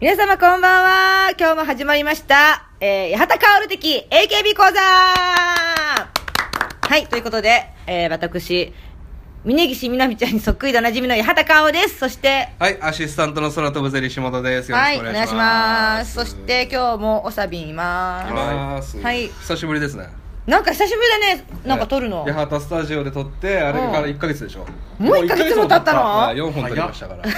皆様こんばんは。今日も始まりました。えー、八幡薫的 AKB 講座はい、ということで、えー、私、峯岸みなみちゃんにそっくりでおなじみの八幡薫です。そして、はい、アシスタントの空飛ぶゼリー下田です。よろはしい、くおお願願いいししま。ますす。そして、今日もおさびんいます。ますはい久しぶりですね。なんか久しぶりだね、なんか撮るの。はい八幡スタジオで撮って、あれから一ヶ月でしょ。うんもう一ヶ月も経ったのはい四本撮りましたから。で、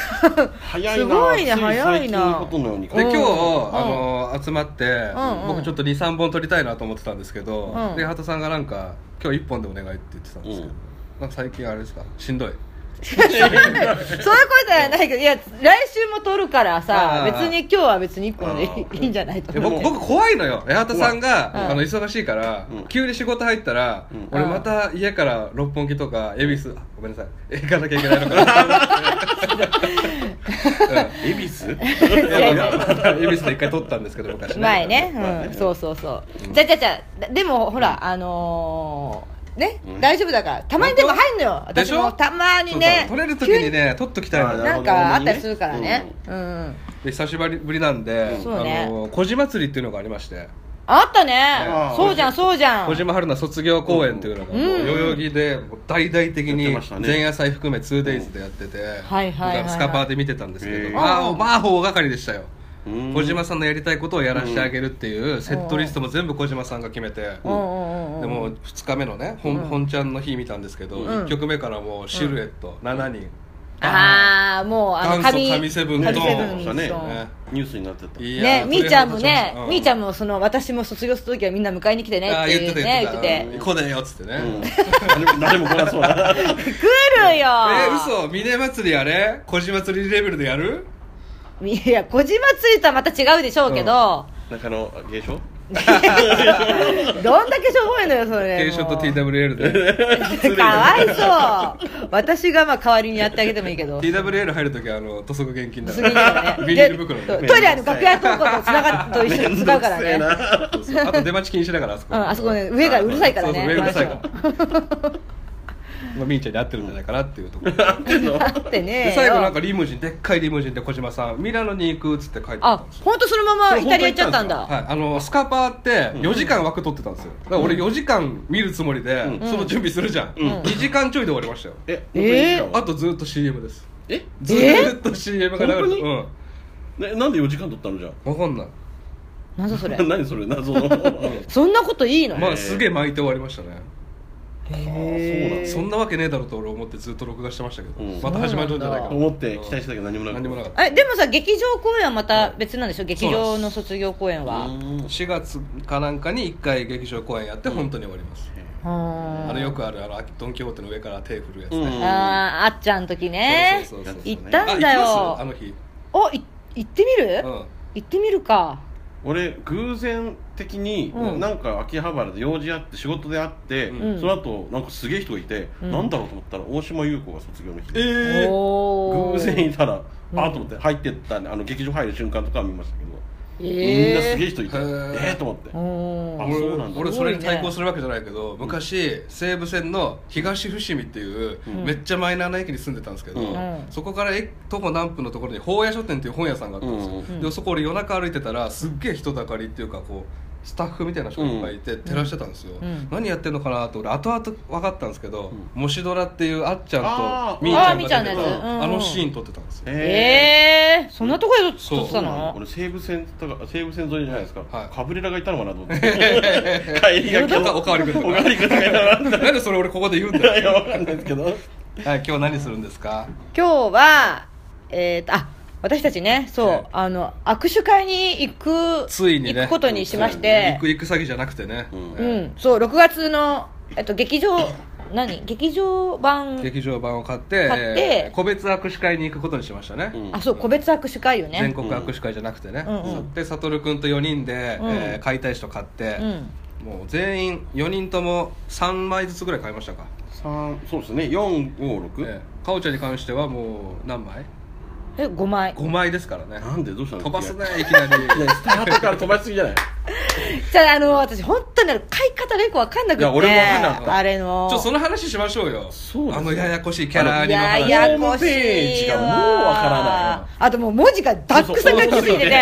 早いすなごいねつ早いな最近のことのようにうん今日、うんあの、集まってんうん、僕ちょっと二三本撮りたいなと思ってたんですけどうん。で、八幡さんがなんか、今日一本でお願いって言ってたんですけどうん。なんか最近あれですか、しんどい。そういうことはないけど、いや、来週も撮るからさ、あー別に今日は別に一本であーいいんじゃないといや思う僕けど。僕怖いのよ八幡さ怖んいがうんあの忙しいから、うん急に仕事入ったら、うん俺また家から六本木とか恵比寿あごめんなさい行かなきゃいけないの かな恵比 違寿う違ううん恵比寿で一回撮ったんですけど昔前 ね、うん、そうそうそう。じゃじゃじゃ、だでもほら、あのー、ね、うん大丈夫だから。たまにでも入んのよ。で私しょもたまにね。そうそう撮れる時にね撮っときたいあー急のよに。なんなるほどかあったりするからね。うん。で久しぶりなんで、そうねあの小島祭りっていうのがありましてあったねう。んそうじゃん、そうじゃん。小島春菜卒業公演っていうのが、もう代々木でもう大々的やってにましたね前夜祭含め 2days でやってて、はいはいはい僕スカパーで見てたんですけど、へーまあまあ大掛かりでしたようん小島さんのやりたいことをやらせてあげるっていうセットリストも全部小島さんが決めて、うんうんうんうん。でも2日目のね本,、本ちゃんの日見たんですけど、うん1曲目からもうシルエット7人、ああ、もう、あの、元祖紙。紙セブンと紙セブンそうでしたとねニュースになってたいやね、ーみーちゃんもね、みーちゃんももその私も卒業する時はみんな迎えに来てねあっーてい言ってうたね言言っっててたてうん来ねえよっつってね、うん誰も誰も来なそ うだ来るよえー、嘘峰祭りあれ小島祭りレベルでやるいや小島ついとはまた違うでしょうけど、中野芸商どんだけしょぼいのよそれ軽症もとう TWL でかわいそう私がまあ代わりにやってあげてもいいけど TWL 入るときはあの土足現金だすかぎるよらねビニール袋ででトイレあの楽屋投稿とつながっと一緒に使うからめんどねくせえ なそうそうあと出待ち禁止だからあそこうん、あそこね上がうるさいからねそうそう上うるさいからまあみーちゃんに合ってるんじゃないかなっていうところだってねで最後なんかリムジンでっかいリムジンで小島さんミラノに行くっつって書いてあったあんですよ本当そのままイタリア行っちゃったんだはい、あのスカパーって4時間枠取ってたんですよだから俺4時間見るつもりで、うんその準備するじゃん、うん2時間ちょいで終わりましたよええーあとずっと CM ですえずーっと CM が流れて本当にうんねなんで4時間取ったのじゃ分かんないなんだそれあ 何それ謎 のそんなこといいの、まあすげえ巻いて終わりましたねへーそんなわけねえだろうと俺思ってずっと録画してましたけど、うんまた始まるんじゃないか思って期待してたけど何もなかった何もなかったえでもさ劇場公演はまた別なんでしょ劇場の卒業公演はうーん4月かなんかに1回劇場公演やって本当に終わります、ああのよくあるあのドン・キホーテの上から手振るやつね、うんそうあーあっちゃんの時ねそうそうそう行ったんだあ行きますあよの日、おい行ってみる、うん行ってみるか俺偶然的に、うんなんか秋葉原で用事あって仕事であって、うんその後なんかすげえ人がいて、うんなんだろうと思ったら大島優子が卒業の日で、えー、おー偶然いたら、うんあーと思って入ってったんであの劇場入る瞬間とかは見ましたけど、えー、みんなすげえ人いてへえーー、と思っておーあそうなんだ俺すそごいれねに対抗するわけじゃないけど昔西武線の東伏見っていう、うんめっちゃマイナーな駅に住んでたんですけど、うんそこから駅徒歩何分のところに宝屋書店っていう本屋さんがあったんですよ、うんでそこ俺夜中歩いてたらすっげえ人だかりっていうかこうスタッフみたいな人がいっぱいいて照らしてたんですよ、うん何やってんのかなって俺後々分かったんですけど「うもしドラ」っていうあっちゃんあとーみーちゃんが出てあーみーちゃんたのやつうんうんあのシーン撮ってたんですよ、ええー、そんなとこでそう撮ってたの俺西武線とか西武線沿いじゃないですか、はいカブレラがいたのかなと思って 帰りがおかおかわりくんとおかかわりくんとかいたのかななんでそれ俺ここで言うんだよ、 いやわかんないですけどはい、今日何するんですか今日はえー、とあ私たちねそう、はいあの握手会に行くついにね行くことにしまし行てく行く詐欺じゃなくてね、うんえうん、そう6月の、えっと、劇場何劇場版ー劇場版を買って買ってえー個別握手会に行くことにしましたね、うんあそう個別握手会よね全国握手会じゃなくてね、うんうんで悟君と4人で、うんえー買いたい人買って、うんもう全員4人とも3枚ずつぐらい買いましたか、三そうですね四五六えーかおちゃんに関してはもう何枚え5枚5枚ですからねなんでどうしたの飛ばすねいいきなり やいやスタートから飛ばしすぎじゃないじゃああの私本当にあの買い方がよくわかんなくていや俺もわかんなかった あれのちょその話しましょうよそうですあねのややこしいキャラあアニメの話いややホーこムしいページがもうわからないなあともう文字がたくさん書きすぎててそうそうそうそう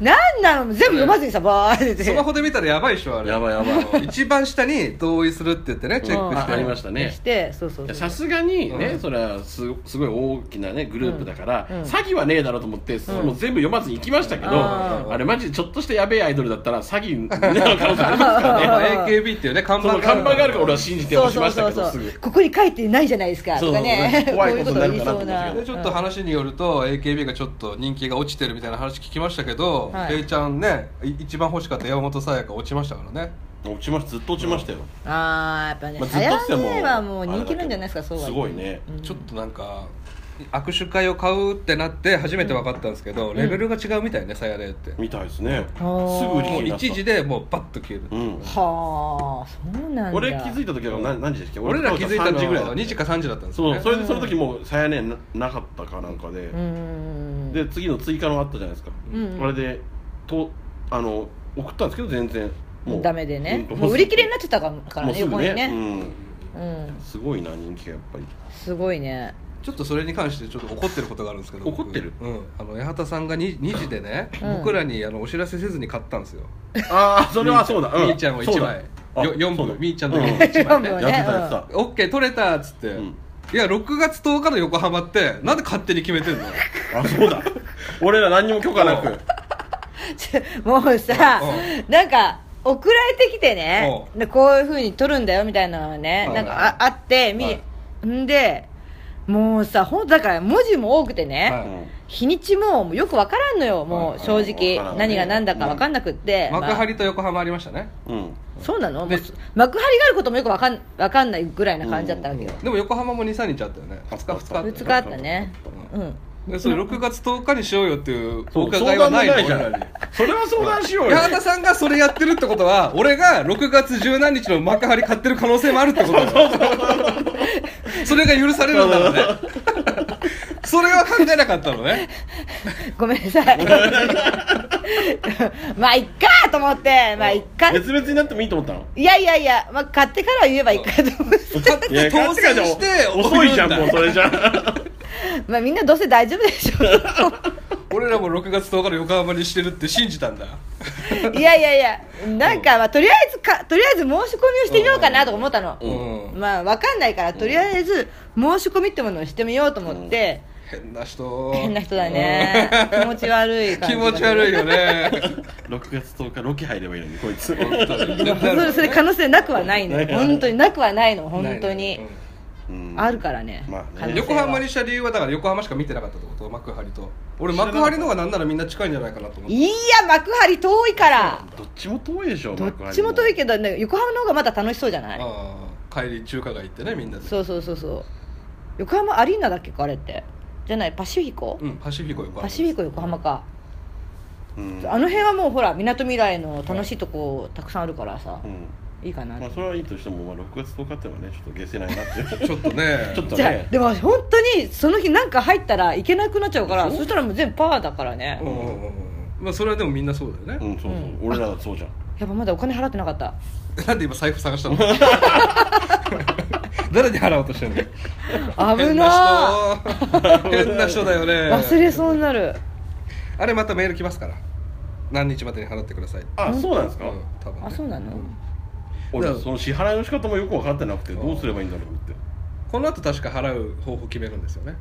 何なの全部読まずにさバーって出てスマホで見たらやばいでしょあれやばいやばいあの一番下に同意するって言ってねチェックしあてありましたねしてそうそういそやうさすがにね、うんそれはすすごい大きなねグループだから、うんうん詐欺はねえだろうと思って、その全部読まずに行きましたけど、うんあれマジでちょっとしたやべえアイドルだったら詐欺の可能性ありますからねまあ AKB っていうね看そ板の看板があるから俺では信じてそ押うしそまうそしたけうどそすぐうここに書いてないじゃないですかとかねそうそう怖いことになこうるうかこなとと言いそう思いましたけどちょっと話によると AKB がちょっと人気が落ちてるみたいな話聞きましたけど、はいレイちゃんねい一番欲しかった山本さやか落ちましたからね落ちましたずっと落ちましたよ、ああやっぱねまあ、ずっと早落ちてもめはもう人気なんじゃないですかそうはすごいねうんちょっとなんか握手会を買うってなって初めて分かったんですけど、レベルが違うみたいねさやれって、みたいですねすぐーもう売り切れになった一時でもうバッと消える、うんはあそうなんだ俺気づいた時は何何時でしたっけ俺ら気づいた3時ぐらのいだはった2時か3時だったんですよそうねそれでその時もうさやねななかったかなんかで、うーんで次の追加のあったじゃないですか、うんうんあれでとあの送ったんですけど全然ダメでねんもう売り切れになってたからもうねすぐ横にねねううんん、すごいな人気がやっ ぱりすごいねちょっとそれに関してちょっと怒ってることがあるんですけど僕怒ってるうん、あの八幡さんが 2, 時でね、うん僕らにあのお知らせせずに買ったんですよ ああそれはそうだみーちゃんを1枚あよ4そう分だみーちゃんのう ん1枚ね4分やってたやってた、オッケー取れたっつって、うんいや6月10日の横浜ってなんで勝手に決めてんのあそうだ俺ら何にも許可なくちょ もうさうなんか送られてきてねうでこういうふうに撮るんだよみたいなのがねはいなんかああってみはんでもうさほんとだから文字も多くてね、はい日にちももうよくわからんのよはもうい正直わからんね何が何だかわかんなくって、 まあ幕張と横浜ありましたね、うん、うんそうなのもでう幕張があることもよくわかんわかんないぐらいな感じだったわけよ、でも横浜も23日あったよね20日2日あったぶよつねかったねうんでそれ6月10日にしようよっていうおそう伺いはないの相談も俺ならいにそれは相談しようよ八幡さんがそれやってるってことは俺が6月十何日の幕張買ってる可能性もあるってこと だよそれが許されるんだろうねそれは考えなかったのねごめんなさい まあいっかと思ってまあいっか別々になってもいいと思ったのいやいやいや、まあ、買ってから言えばいいかと思って買って当選して遅いじゃん送るもんうだそれじゃんまあみんなどうせ大丈夫でしょ 俺らも6月10日の横浜にしてるって信じたんだういやいやいやなんか、まあ、とりあえずかとりあえず申し込みをしてみようかなとか思ったの、うんまあわかんないからとりあえず申し込みってものをしてみようと思って、変な人変な人だね気持ち悪いうん感気じ持ち悪い よね6月10日ロケ入ればいいのにこいつ本当にでもそれそれ可能性なくはないのよない本当になくはないの本当ないにねうんあるからね,まあね可能性は、横浜にした理由はだから横浜しか見てなかったってこと幕張と俺幕張の方がなんならみんな近いんじゃないかなと思っていや幕張遠いからどっちも遠いでしょどっちも遠いけけど、ね、横浜の方がまだ楽しそうじゃないああ帰り中華街行ってねみんなでそうそうそうそう横浜アリーナだっけかあれってじゃないパシフィコ、うんパシフィコ横浜パシフィコ横浜か、ど、うんあの辺はもうほらみなとみらいの楽しいとこたくさんあるからさ、うんいいかなって、まあ、それはいいとしても、まあ、6月10日ってのはねちょっと下せないなっ ていうちょっとねちょっとじゃねあでも本当にその日なんか入ったらいけなくなっちゃうからそうそしたらもう全部パーだからね、うやんうんうんうんまあそれはでもみんなそうだようね、んそうそう、うん俺らはそうじゃんっぱまだお金払ってなかったなんで今財布探したの 誰に払おうとしてんの危な変な人変な人だよねー忘れそうになるあれまたメール来ますから何日までに払ってくださいあそうなんですうか、ん多分ねあそうなの俺その支払いの仕方もよく分かってなくてどうすればいいんだろうってこの後確か払う方法決めるんですよね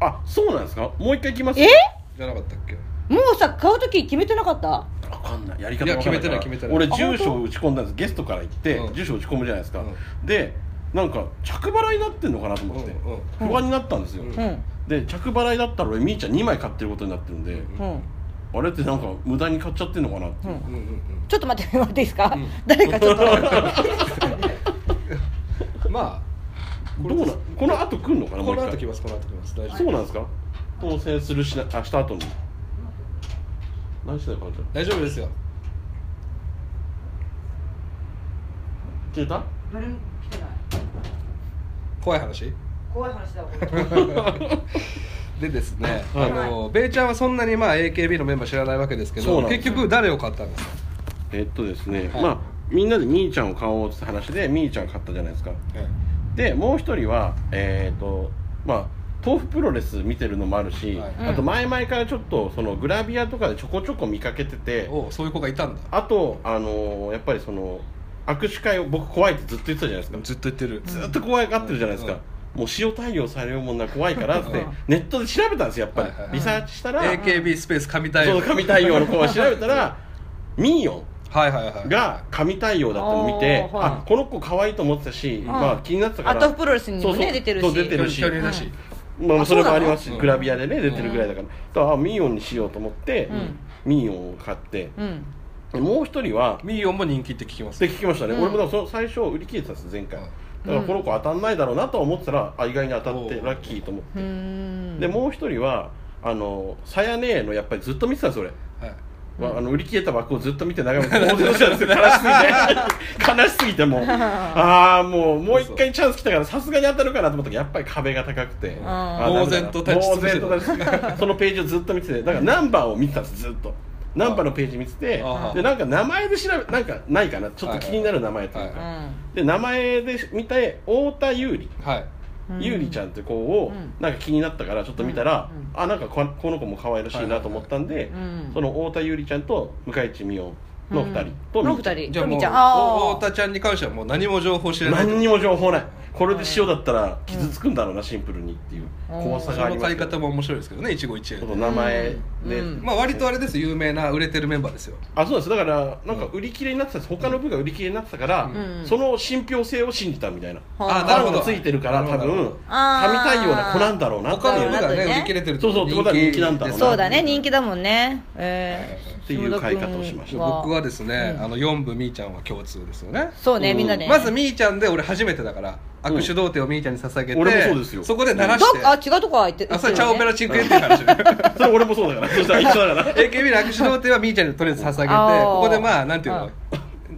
あそうなんですかもう一回行きますえじゃなかったっけもうさ買う時決めてなかったわかんないやり方いやわかんから決めてない俺決めてない住所を打ち込んだんですゲストから行って、うん住所打ち込むじゃないですか、うでなんか着払いになってんのかなと思って、うんうん不安になったんですよ、うんうんで着払いだったら俺みーちゃん2枚買ってることになってるんで、うんあれってなんか無駄に買っちゃってんのかなって、ううんうんうんうんちょっと待って待っていいですか、うん誰かちょ っとまあどうなんこの後来るのかなもこう一の後回来ますこの後来ます大丈そう夫なんですか当選するしなあした後に何してたかな大丈夫ですよ消えた誰も来てない怖い話怖い話だわこれでですね、はいあのベイちゃんはそんなにまあ AKB のメンバー知らないわけですけそうどなんです結よ局誰を買ったんですかえっとですね、はいまあみんなでみーちゃんを買おうって話でみーちゃん買ったじゃないですかでもう一人はえっ、とまあ豆腐プロレス見てるのもあるし、はいあと前々からちょっとそのグラビアとかでちょこちょこ見かけてておうそういう子がいたんだあとあのーやっぱりその握手会を僕怖いってずっと言ってたじゃないですかずっと言ってるずっと怖がってるじゃないですか、うんもう塩対応されるもんな怖いからっうてんネットで調べたんですよやっぱり、はいはいリサーチしたら、 AKB スペース神対そ応の神対応の子を調べ たらミーヨはいはいはいンが神対応だったのを見てあーはいあこの子可愛いと思ってたし、まあ、気になってたかあらとプロレスにもねそうそう出てるしそう出て巨るし人巨人だし、まあ、それもありますそうしなのグラビアでね出てるぐらいだから、だからあミーヨンにしようと思って、んミーヨンを買ってうんでもう一人はミーヨンも人気って聞きますって聞きましたね、うん俺もでもその最初売り切れてたんです前回、うんだからこの子当たんないだろうなとは思ってたらあ意外に当たっておうラッキーと思ってう、ーんでもう一人はあのさやねえのやっぱりずっと見てたんです俺、はいまあ、あの売り切れた枠をずっと見て眺めて興奮したんですよ悲しすぎて悲しすぎてもうああもうもう一回チャンス来たからさすがに当たるかなと思ったけどやっぱり壁が高くてあーあーダメだな呆然と立ち尽くしてた呆然と立ちそのページをずっと見ててだからナンバーを見てたんですずっとナンバーのページ見ててあーでなんか名前で調べなんかないかなちょっと気になる名前というか、はいはうで名前で見て太田優里はいんゆうりちゃんって子をうんなんか気になったからちょっと見たら、うんうんあなんかここの子も可愛らしいなと思ったんで、うんその太田ゆうりちゃんと向井地美音の2人と、の二みーちゃん人じゃあともみうちゃんあ太田ちゃんに関してはもう何も情報知らない何にも情報ないこれで塩だったら傷つくんだろうな、シンプルにっていう怖さそがありのます買ねい方も面白いですけどね一期一そ会の名前で、うんまあ割とあれです有名な売れてるメンバーですよあそうですだからなんか売り切れになってたんです他の部が売り切れになってたから、んその信憑性を信じたみたいな、あフなるァンがついてるから多分あー神対応な子なんだろうなって他の部いうなるがほどねね売り切れてるそうそうってことは人気なんだろーうなそうだね人気だもんねえーっていう買い方をしました僕はですね、あの4部みーちゃんは共通ですよねそうねうんみんなでまずみーちゃんで俺初めてだから握手童貞をみーちゃんに捧げて俺もそうですよこで鳴らどしてあ違うとこは行ってあそれチャオペラチチンクエンテからしてる それ俺もそうだからそしたら一緒だから AKB の握手童貞はみーちゃんにとりあえず捧げてあーここでまあなんていううのん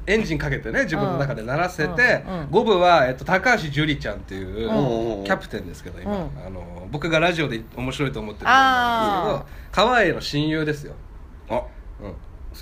エンジンかけてね自分の中で鳴らせて、うんうん五部は、えっと、高橋樹里ちゃんっていう、うんキャプテンですけど今、うんあの僕がラジオで面白いと思ってるなんですけど川栄の親友ですよ、あうん、好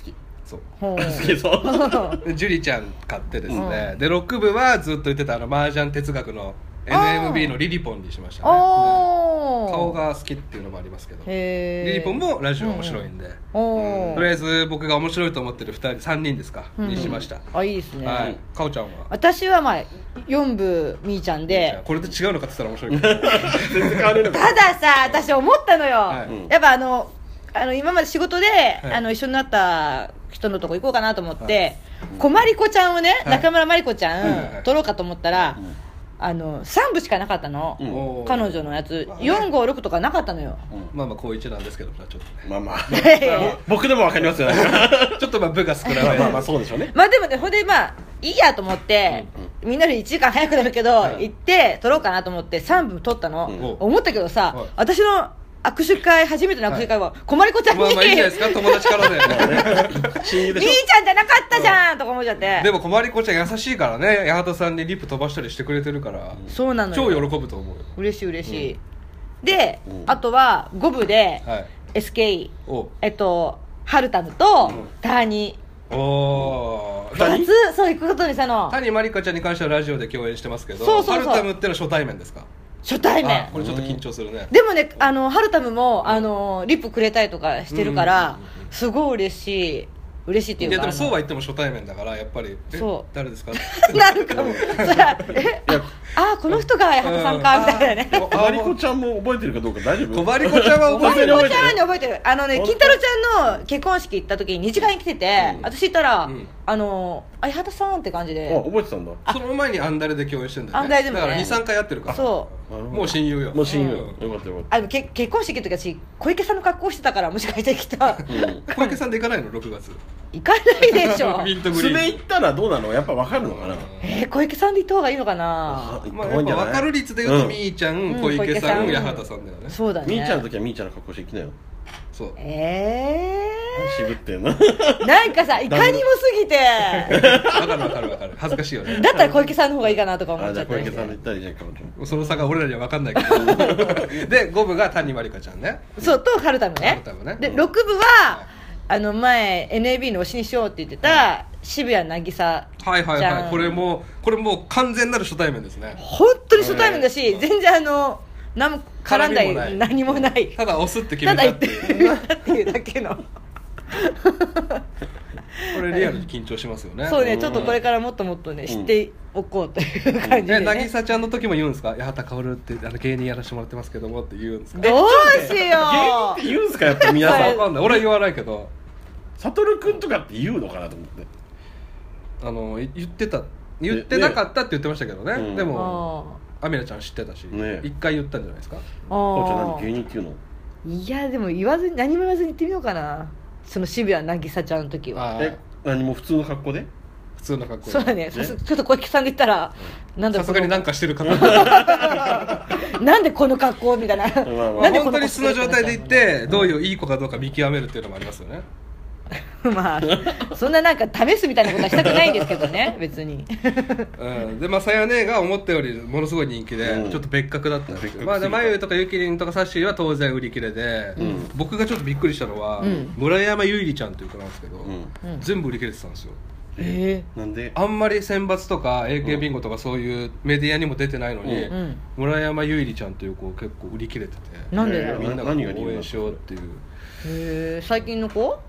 きそうほう好きそうジュリちゃん買ってですね、で6部はずっと言ってたあの麻雀哲学のあー NMB のリリポンにしましたねおー顔が好きっていうのもありますけどリへーリポンもラジオ面白いんで、おとりあーえず僕が面白いと思ってる2人3人ですか、うんにしました、あいいですねはいかおちゃんは私はまあ4部みーちゃんでこれで違うのかって言ったら面白いけど全然変われなたいださ私思ったのよ、はいやっぱあのあの今まで仕事で、いあの一緒になった人のとこ行こうかなと思って、こまりこちゃんをね、はい中村まりこちゃん、はいはいはい取ろうかと思ったら、あの3部しかなかったの、うんも う彼女のやつまあね456とかなかったのよ、まあまあ高一なんですけどちょっとね まあまあや僕でもわかりますよねちょっとまあ部が少 なまあめまあまあそうでしょうねまあでもねほんでまあいいやと思って、みんなより1時間早くなるけど、はい行って取ろうかなと思って3部取ったの、うん思ったけどさ、はい私の握手会初めての握手会は、こまりこちゃんに、まあまあいいんじゃないで すか友達からで、み親友ーでちしょゃんじゃなかったじゃんとか思っちゃってでもこまりこちゃん優しいからね八幡さんにリップ飛ばしたりしてくれてるから、そうなの超よ喜ぶと思うよ嬉しい嬉しい、で、うんあとは5部で、はい SKE おえっとハルタムとターニおーー谷夏そういうことにしたの谷まりかちゃんに関してはラジオで共演してますけどそうそうそうハルタムってのは初対面ですか初対あ面これちょっと緊張するねでもねあのハルタムもあのリップくれたりとかしてるからうんうんすごい嬉しい嬉しいっていいやうかでもそうはあ言っても初対面だからやっぱりえそう誰ですかの なるかもそりゃえああこの人が八幡さんかみたいなねうんあまりこちゃんも覚えてるかどうか大丈夫こまりこちゃんはおばり覚えてこるちゃんに覚えてるあのね本当金太郎ちゃんの結婚式行った時に2時間に来てて、うん私いたら、うんあの相畑さんって感じあで覚えてたんだその前にアンダレで共演してんだよねアンダレでもねだから23回やってるからそなるほどもう親友よもう親う友んよかったよかあのけ結婚式の時私小池さんの格好してたからもしかして来た ったうん小池さんで行かないの6月行かないでし ょミントグ素リーンで行ったらどうなのやっぱわかるのかなえー、小池さんで行った方がいいのかなあまあやっぱ分かる率で言うとみーちゃん、ん小池さん小池さん八幡さんだよねそうだねみーちゃんの時はみーちゃんの格好して行きなよそうえ渋ってんなー、 なんかさいかにもすぎて 分かる分かる分かる恥ずかしい よねだったら小池さんの方がいいかなとか思あっちじゃゃっあて小池さんで行ったらいいじゃんかもちゃんその差が俺らには分かんないけどで五部が谷まりかちゃんねそうとカルタムカねルタムねで6部はあの前 NAB の推しにしようって言ってた渋谷渚はいはいじはゃいんこれもこれもう完全なる初対面ですね本当に初対面だし、うん全然あのなん絡んだ絡みもないり何もないただ押すって決ためだた言っってて言ったっていうだけ のこれリアルに緊張しますよねそうねちょっとこれからもっともっとね知っておこうという感じで、ねね渚ちゃんの時も言うんですか「八幡薫ってあの芸人やらせてもらってますけども」って言うんですかどうしよ 芸人ってう言うんすかやっぱ皆皆ささんんわかんない俺は言わないけど悟くんとかって言うのかなと思ってあのい言ってた言ってなかったって言ってましたけどねねでうもんアミラちゃん知ってたし一、ね回言ったんじゃないですかあじゃああ何芸人っていうのーいやでも言わずに何も言わずに行ってみようかなその渋谷渚ちゃんの時はあーえ何も普通の格好で普通の格好でそうだねねさすちょっと小池さんで言ったら、なんだこさすのがになんかしてる方まなんでこの格好みたいなまああなんでこの本当格に好素の状態で 行ってどういういい子かどうか見極めるっていうのもありますよねまあそんななんか試すみたいなことはしたくないんですけど ね別にうん、でまあさや姉が思ったよりものすごい人気で、うんちょっと別格だったんです別格すぎよたまあで眉とかゆきりんとかさっしーは当然売り切れで、ん僕がちょっとびっくりしたのは、うん村山ゆいりちゃんという子なんですけど、うんうん全部売り切れてたんですよえなんであんまり選抜とか AK ビンゴとかそういうメディアにも出てないのに、えうん村山ゆいりちゃんという子結構売り切れててなんでだよえみーんなが何が理応由な援のしようっていうへえ最近の子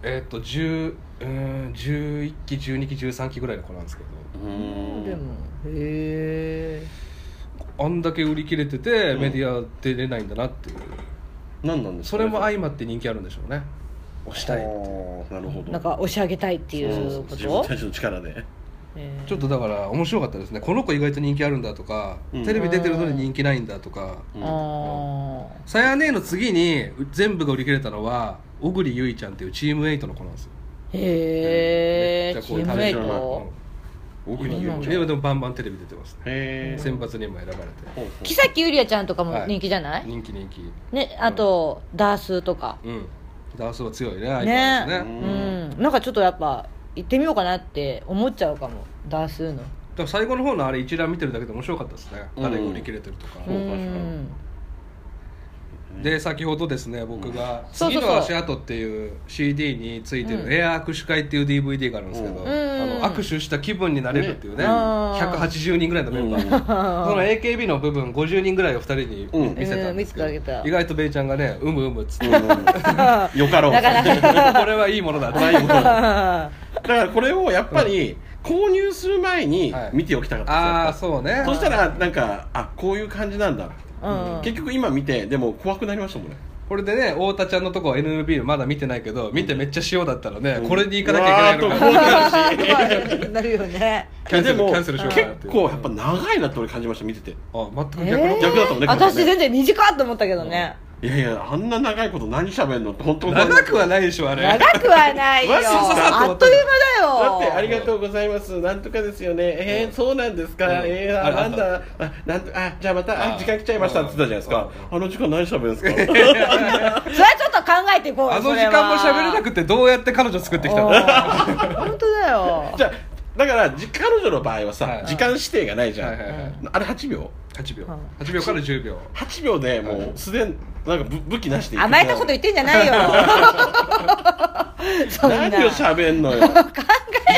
えーっと10うん11期12期13期ぐらいの子なんですけどうーんでもへえあんだけ売り切れてて、メディア出れないんだなっていう何なんですそかれも相まって人気あるんでしょうね押したいあーなるほどなんか押し上げたいっていそううそこうそう自分とたちの力でえーちょっとだから面白かったですねこの子意外と人気あるんだとか、うんテレビ出てるのに人気ないんだとかうんあさや姉の次に全部が売り切れたのは小栗ゆいちゃんっていうチームエイトの子なんですよーへめえっちチゃこうーム食べメイてるなト小うん栗優うんちゃんでもでもバンバンテレビ出てますねへえ選抜にも選ばれて木崎ゆりあちゃんとかも人気じゃない、人気人気ねあと、ダースとかうんダースは強いね相変わねらずねうねん、なんかちょっとやっぱ行ってみようかなって思っちゃうかもダースのだから最後の方のあれ一覧見てるだけで面白かったですねうん誰が売り切れてるとかそうかそうかんで先ほどですね僕が「そう次そうそうの足跡」っていう CD についてうる「んエアー握手会」っていう DVD があるんですけど、うんあの握手した気分になれるっていうねうん180人ぐらいのメンバー、うんその AKB の部分50人ぐらいを2人に見せたんですけど、うん見せてあげた意外とベイちゃんがね「うむうむ」っつって こよかろうなかなかれはいいものだってあだからこれをやっぱり購入する前にはい見ておきたかったあであすそうねそしたらなんかあこういう感じなんだーうん結局今見てでも怖くなりましたもんねこれでね太田ちゃんのとこ NB まだ見てないけど見てめっちゃ塩だったらね、これに行かなきゃいけないのかうわーっと怖くなるしなるよねキャンセルでもキャンセルしようかなって結構やっぱ長いなって俺感じました見ててあ全くえ逆の、ー逆だったもんね私これね全然短っと思ったけどねいやいやあんな長いこと何喋んのって本当長くはないでしょあれ長くはないよわっさっさっと終あわったっというだっ間だてよありがとうございますなんとかですよねえー、そうなんですか、うんえー、ああなんあだあなんとあじゃあまたああ時間来ちゃいましたって言ってたじゃないですかあの時間何喋るんですかそれはちょっと考えていこうよあのそ時れは間も喋れなくてどうやって彼女作ってきたのおー本当だよ じゃあだからじ彼女の場合はさ、はい時間指定がないじゃん、はいはいはいあれ8秒8秒うん8秒から10秒8秒でもうすでになんか武武器なしでいく甘えたこと言ってんじゃないよそんな何を喋んのよいやだか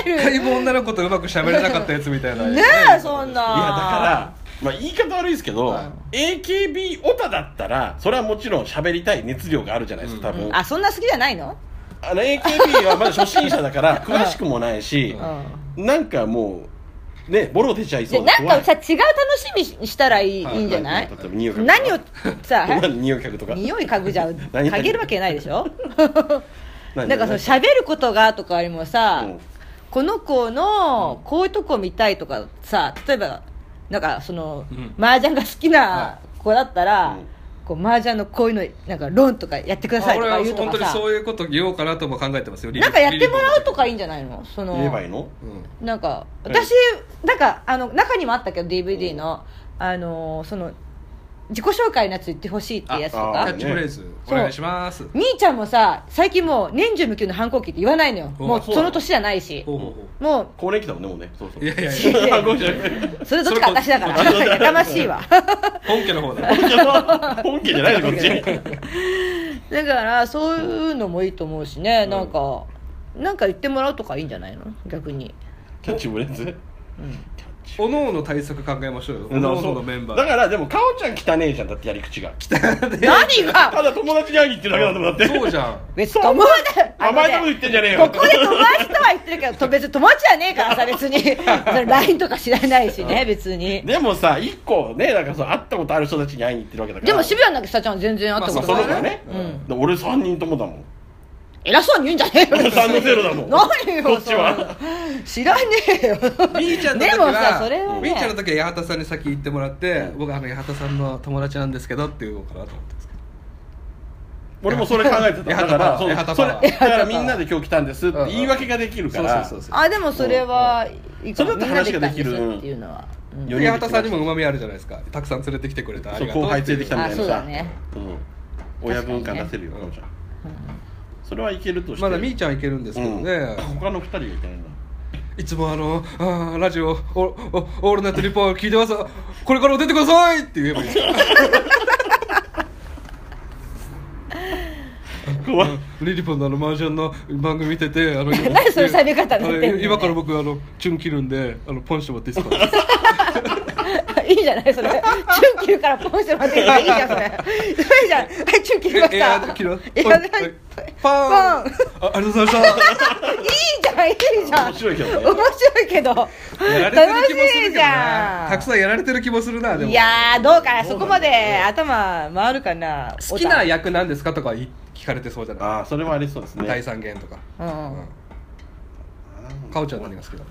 一回も女の子とうまく喋れなかったやつみたいなねえそんならまあ言い方悪いですけど、AKB オタだったらそれはもちろん喋りたい熱量があるじゃないですか多分、あそんな好きじゃないのあの AKB はまだ初心者だから詳しくもないし、なんかもうねボロ出ちゃいそうででなん怖いかさ違う楽しみしたらいい,、はいい、んじゃない例えば匂い嗅ぐ何を さ匂い嗅ぐとか 匂い嗅ぐじゃん 何嗅げるわけないでしょ 何なんかその喋ることがとかよりもさ、うんこの子のこういうとこ見たいとかさ例えばなんかその、うん麻雀が好きはな子だったら、うんこう麻雀のこういうのなんか論とかやってくださいと俺かは言うと本か当にさそういうこと言おうかなとも考えてますよなんかやってもらうとかいいんじじゃないのその言えばいいのなんかうん私、なんかあの中にもあったけど DVD の、あのーその自己紹介のやつ言ってほしいってやつとキあャあかッチフレーズお願いします兄ちゃんもさ最近もう年中無休の反抗期って言わないのよおもうそうその年じゃないしほうほうほもう高齢期だもんねもうねそうそうういやいやい違やうあごめんなさいそれどっちかそれ私だから やかましいわ本家の方だ本家じゃないでこっちだからそういうのもいいと思うしね、うんなんかなんか言ってもらうとかいいんじゃないの逆に、キャッチブレンズうん、おのおの対策考えましょうよおのおののメンバだーからでもかおちゃん汚ねえじゃんだってやり口が何た がだ友達に会いに行ってるだけなんだもんだってそうじゃん別に友達甘いとあのこね言ってんじゃねえよ ここで友達とは言ってるけどと別に友達じゃねえからさ別 にそれ LINE とか知らないしね別にでもさ一個ねなんかそう会ったことある人たちに会いに行ってるわけだからでも渋谷なんかさちゃん全然会ったまこあとない、その子はね、うんで俺3人ともだもん偉そうに言うんじゃねえよ別に3 0だもん何よこっちそんなは知らねえよみーちゃんので時もさそれははみーちゃんのね時は八幡さんに先行ってもらって僕はあの八幡さんの友達なんですけどって言おうかなと思ってますけど俺もそれ考えてたえはただかぱらそうえはたぱそれだからみんなで今日来たんですってうん言い訳ができるからそうそうそうあでもそれはいいかもそれだみんなと話でが来たんでできするっていうのは、うんよそう八幡さんにもうまみあるじゃないですかたくさん連れてきてくれたあそうりがとう後輩連れてきたみたいあそなうださねうん親分感出せるよかおちゃんそれはいけるとしてまだみーちゃんいけるんですけどね、うん他の2人がいけないないつもあのあーラジオおおオールナイトリポー聞いてますこれからも出てくださいって言えばいいですか怖いリリポのあのマージャンの番組見ててあの何それ喋り方あねの今から僕あのチュン切るんであのポンしてもらっていいですか いいじゃないそれチュン切るからポンしてもらっていいじゃんそれそ れじゃんはいチュン切りましえエアーた切るエアーははいいパーンあありがとうございましいいじゃんいいじゃん面白いけどね面白いけどたやられてる楽気もすしるいけじどなゃんたくさんやられてる気もするなでもいやーどうかなそこまで頭回るかな好きな役なんですかとかい聞かれてそうじゃなああそれもありそうでいす第ね三弦とかうんうんかおちゃん何が好きだ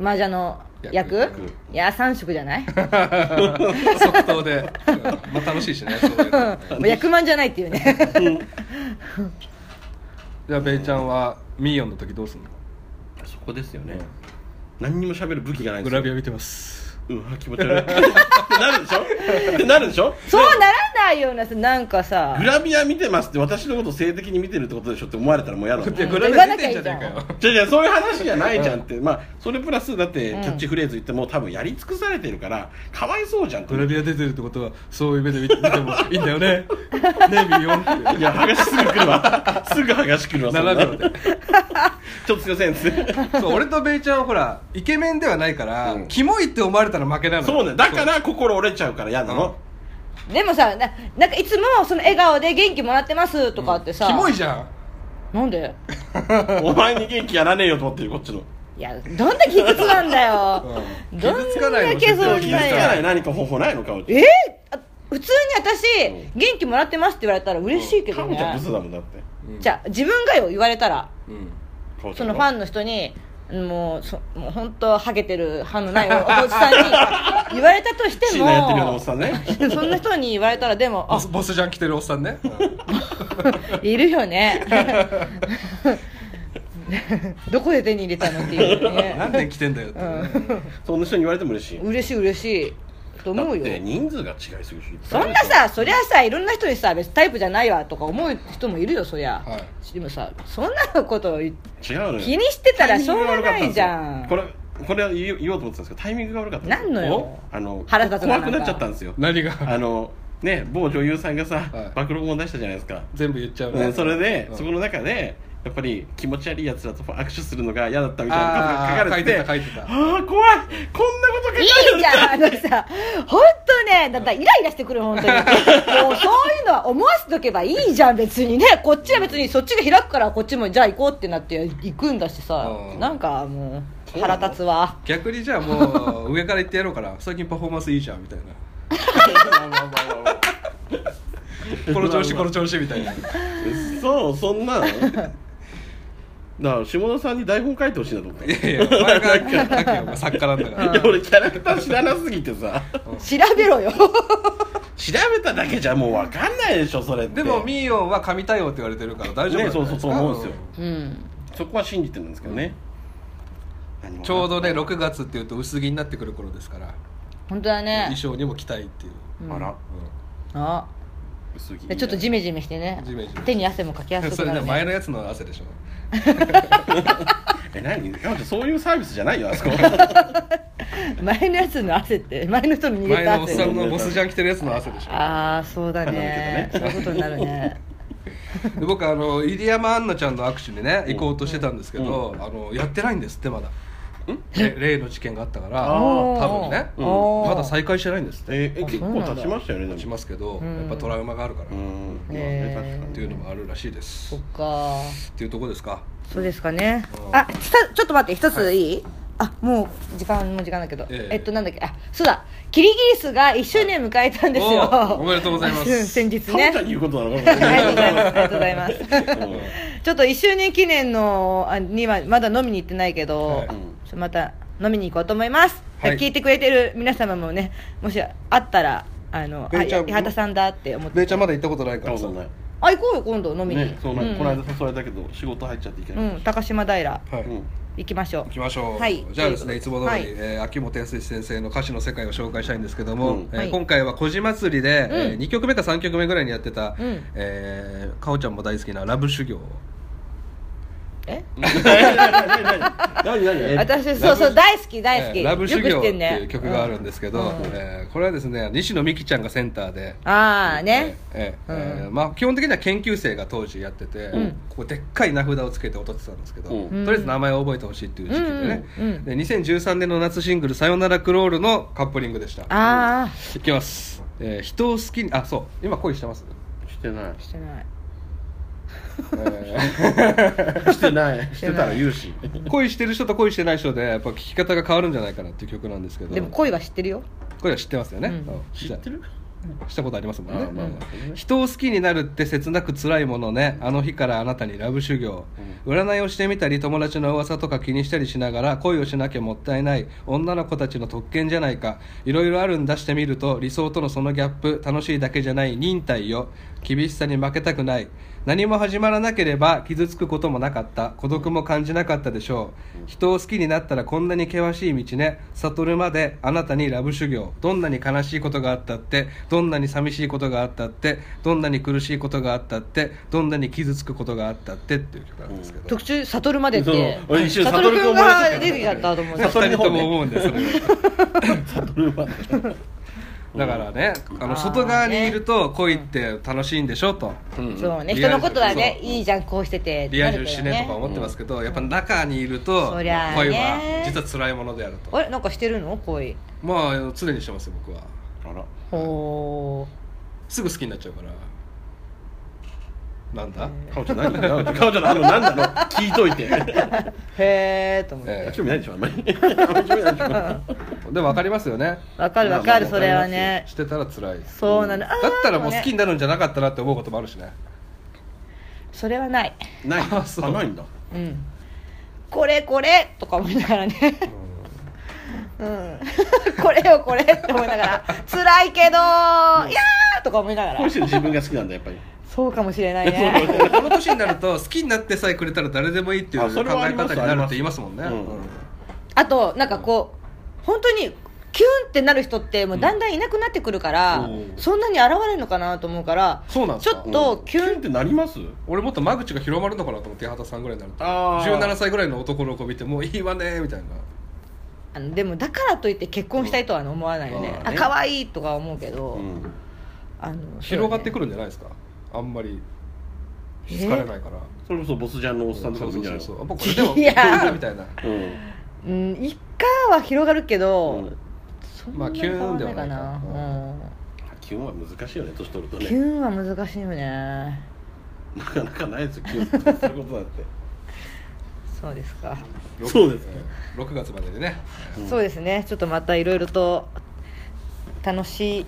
麻雀の役役いや3色じゃない 即答で、 うんまあ、楽しいしねそういうのもう役満じゃないっていうねじゃあベイちゃんはミーヨンの時どうすんのそこですよね何にも喋る武器がないんグですよラビア見てますうわ気持ち悪いってなるでしょってなるでしょそうならないようなさなんかさグラビア見てますって私のこと性的に見てるってことでしょって思われたらもう嫌だもんいやじグラビア出てんじゃねえかよゃじゃそういう話じゃないじゃんってまあそれプラスだってキャッチフレーズ言ってもう多分やり尽くされてるからかわいそうじゃんってグラビア出てるってことはそういう目で見て見てもいいんだよ ねねミーヨンっていや剥がしすぐ来る わすぐ剥がし来るわそんな7秒でちょっとすいませんっつってそう俺とベイちゃんはほらイケメンではないから、うんキモいって思われたら負けなのそうねだから心折れちゃうから嫌なのでもさななんかいつもその笑顔で元気もらってますとかってさ、キモいじゃんなんでお前に元気やらねえよと思ってるこっちのいやどんだけ傷つなんだよ、うんどん傷つかないだのけそう気知づっかてるない何か方法ないのかおちえーあ普通に私、うん元気もらってますって言われたら嬉しいけかどおちゃんねブ、スだもんだってじゃあ自分がよ言われたらうんかおちゃそんのファンの人にもうそもう本当ハゲてる歯の ないおおじさんに言われたとしてシーナやってるようなおっもさんねそんな人に言われたらでもボあスボスジャン着てるおっさんね、いるよね どこで手に入れたのっていうね何年着てんだよって、ねそんな人に言われても嬉しい嬉しい嬉しいと思うよだって人数が違いすぎるしそんなさそりゃさいろんな人にさ別にタイプじゃないわとか思う人もいるよそりゃ、はでもさそんなこと言っ違うのよ気にしてたらしょうがないじゃんタイミングが悪かったですよこれこれは言おう言おうと思ってたんですけどタイミングが悪かったんですなんのよおあの腹立つな怖くなっちゃったんですよ何があのね某女優さんがさ、はい暴露本出したじゃないですか、全部言っちゃううんそれで、うんそこの中でやっぱり気持ち悪いやつらと握手するのが嫌だったみたいなことがあー書かれてて書いてた書いてたあー怖いこんなこと書かれいいてじゃんあのさ本当ねだったらイライラしてくる 本当にもうそういうのは思わせとけばいいじゃん別にねこっちは別にそっちが開くからこっちもじゃあ行こうってなって行くんだしさうんなんかもう腹立つわ逆にじゃあもう上から言ってやろうから 最近パフォーマンスいいじゃんみたいな この調子この調子みたい なそうそんな のだから下田さんに台本書いてほしいなと思ったいやいやお前が書けよお前作家なんだかいや俺キャラクター知らなすぎてさ調べ ろよ調べただけじゃもう分かんないでしょそれってらでもミーヨンは神対応って言われてるから大丈夫なんじゃねそなういですそうそうか思うんですようんそこは信じてるんですけどね、何もちょうどね6月っていうと薄着になってくる頃ですから本当だね衣装にも着たいっていう、あらあ薄着でちょっとジメジメしてねジメジメ手に汗もかきやうすん、そくれなねる、ね、前のやつの汗でしょえ何彼女そういうサービスじゃないよあそこ前のやつの汗って前の人の逃げ前たのおっ汗さんのボスジャン着てるやつの汗でしょああそうだねなそんうだいけどねうことになるねで僕あの入山アンナちゃんの握手にね行こうとしてたんですけど、あのやってないんですってまだれ例の事件が あったからあー多分ねうんままだ再開してないんですって ええ結そう構なんだ経ちましたよねでも立ちますけど、うんやっぱトラウマがあるから、うっんまあえねー確てかいにうのもあるらしいですそっっかていうとこですかそうですかねうんあひたちょっと待って一ついい、あもう時間も時間だけど、えええっとなんだっけあそうだキリギリスが1周年迎えたんですよおおめでとうございます 先日簡ね単に言うことなのかもありがとうございますありがとうございます うんちょっと1周年記念のあにはまだ飲みに行ってないけど、はいちょっとまた飲みに行こうと思います、はい聞いてくれてる皆様もねもしあったらあのあ姉ちゃやん八幡さんだって思っ姉てちゃんまだ行ったことないか行っらたさことないあ行こうよ今度飲みに、ねそうなんんこの間誘われたけど仕事入っちゃっていけうないん、高島平はい、うん行きましょう行きましょう、はいじゃあですねいつも通り、はいえー秋元康先生の歌詞の世界を紹介したいんですけども、うんえーはい今回は「こじ祭りで」えうん2曲目か3曲目ぐらいにやってた、うんえーかおちゃんも大好きな「ラブ修行」え何何え私ラそうブそう大好き大好き、えーラブ修よく行」っ知ててんねいう曲があるんですけど、うんえーこれはですね西野美紀ちゃんがセンターで。うんああね、えーえーうんえーまあ、基本的には研究生が当時やってて、うんこうでっかい名札をつけて踊ってたんですけど、うんとりあえず名前を覚えてほしいっていう時期でね、うんうんうんで2013年の夏シングル「さよならクロール」のカップリングでしたああいきます、えー人を好きにあそう今恋し てます、してないしてないえ して ないしてたら言うしー恋してる人と恋してない人でやっぱ聴き方が変わるんじゃないかなっていう曲なんですけどでも恋は知ってるよ恋は知ってますよね、うんうん知ってるしたことありますもんね、あーまあまあうん人を好きになるって切なく辛いものねあの日からあなたにラブ修行、占いをしてみたり友達の噂とか気にしたりしながら恋をしなきゃもったいない女の子たちの特権じゃないかいろいろあるんだしてみると理想とのそのギャップ楽しいだけじゃない忍耐よ厳しさに負けたくない何も始まらなければ傷つくこともなかった孤独も感じなかったでしょう人を好きになったらこんなに険しい道ね悟るまであなたにラブ修行どんなに悲しいことがあったってどんなに寂しいことがあったってどんなに苦しいことがあったってどんなに傷つくことがあったってっていう曲なんですけど、特注悟るまでっそうて俺一瞬悟悟ると君思い出したが出てきちゃったと思ううん二人とも思うんですよだからねあの外側にいると恋って楽しいんでしょとそうねリア人ルのことはねそういいじゃんこうしててリア充しねえとかなるけど思ってますけどやっぱ中にいるとそ恋りゃあねは実は辛いものであるとあれなんかしてるの恋まあ常にしてますよ僕はあらほすぐ好きになっちゃうからなんだかおちゃん何かおちゃんあの何なの聞いといてうへえと思ってええ興味ないでしょあんま りあんまり興味ないでしょでも分かりますよねわかるわかるそれはねしてたら辛いだそうなのあーったらもう好きねになるんじゃなかったなって思うこともあるしねそれはないないあそうあないんだうんこれこれとか思いながらねうんこれよこれって思いながら辛いけどいやーとか思いながこうらしてる自分が好きなんだやっぱりそうかもしれないねこの年になると好きになってさえくれたら誰でもいいっていうあ考そえれはありま方すになるって言いますもんねありまうすんあとなんかこう本当にキュンってなる人ってもうだんだんいなくなってくるから、うんそんなに現れるのかなと思うからそうなんですちかょっとキキュンュンってなります俺もっと間口が広まるのかなと思って八幡さんぐらいになるとあー17歳ぐらいの男の子見てもういいわねみたいなあのでもだからといって結婚したいとは思わないよね,、うんあね可愛いとか思うけど、うんあの広がってくるるんじゃないですかあんまり好かれないからそれこそボスジャンのおっさんとかそうもいいそうんじそそゃないうのうあ僕でもいやみたいなうんうん一回は広がるけど、うんそんまなあにキュ変わーンんでなかはいないかな、キュンは難しいよね年取るとうん、ねキュンは難しいよねなかなかないですよ、急にそういうことだって。そうですか、六そうですねえー6月まででねうんそうですねちょっとまたいろいろと楽しい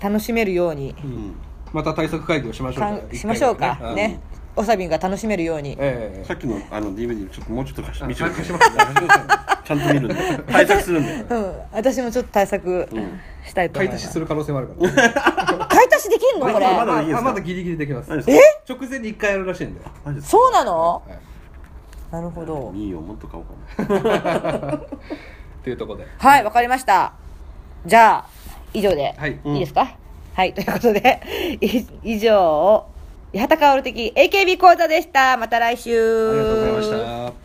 楽しめるようにうん。また対策会議をしましょうかかんしましょう一回かはねおさびんが楽しめるようにええさっきのあの DVD ちょっともうちょっと貸しあ見せてくだし さいますねちゃんと見るんで対策するんでうん私もちょっと対策んしたいと思い買いま足しすする可能性もあるからね買い足しできんのこれまだいいですかあまだギリギリできます何ですかえ直前に1回やるらしいんでマジですかそうなのはいなるほどいいよもっと買おうかなっていうところではいわかりましたじゃあ以上で、はいいいですかはいということで い以上八幡薫的 AKB 講座でしたまた来週ありがとうございました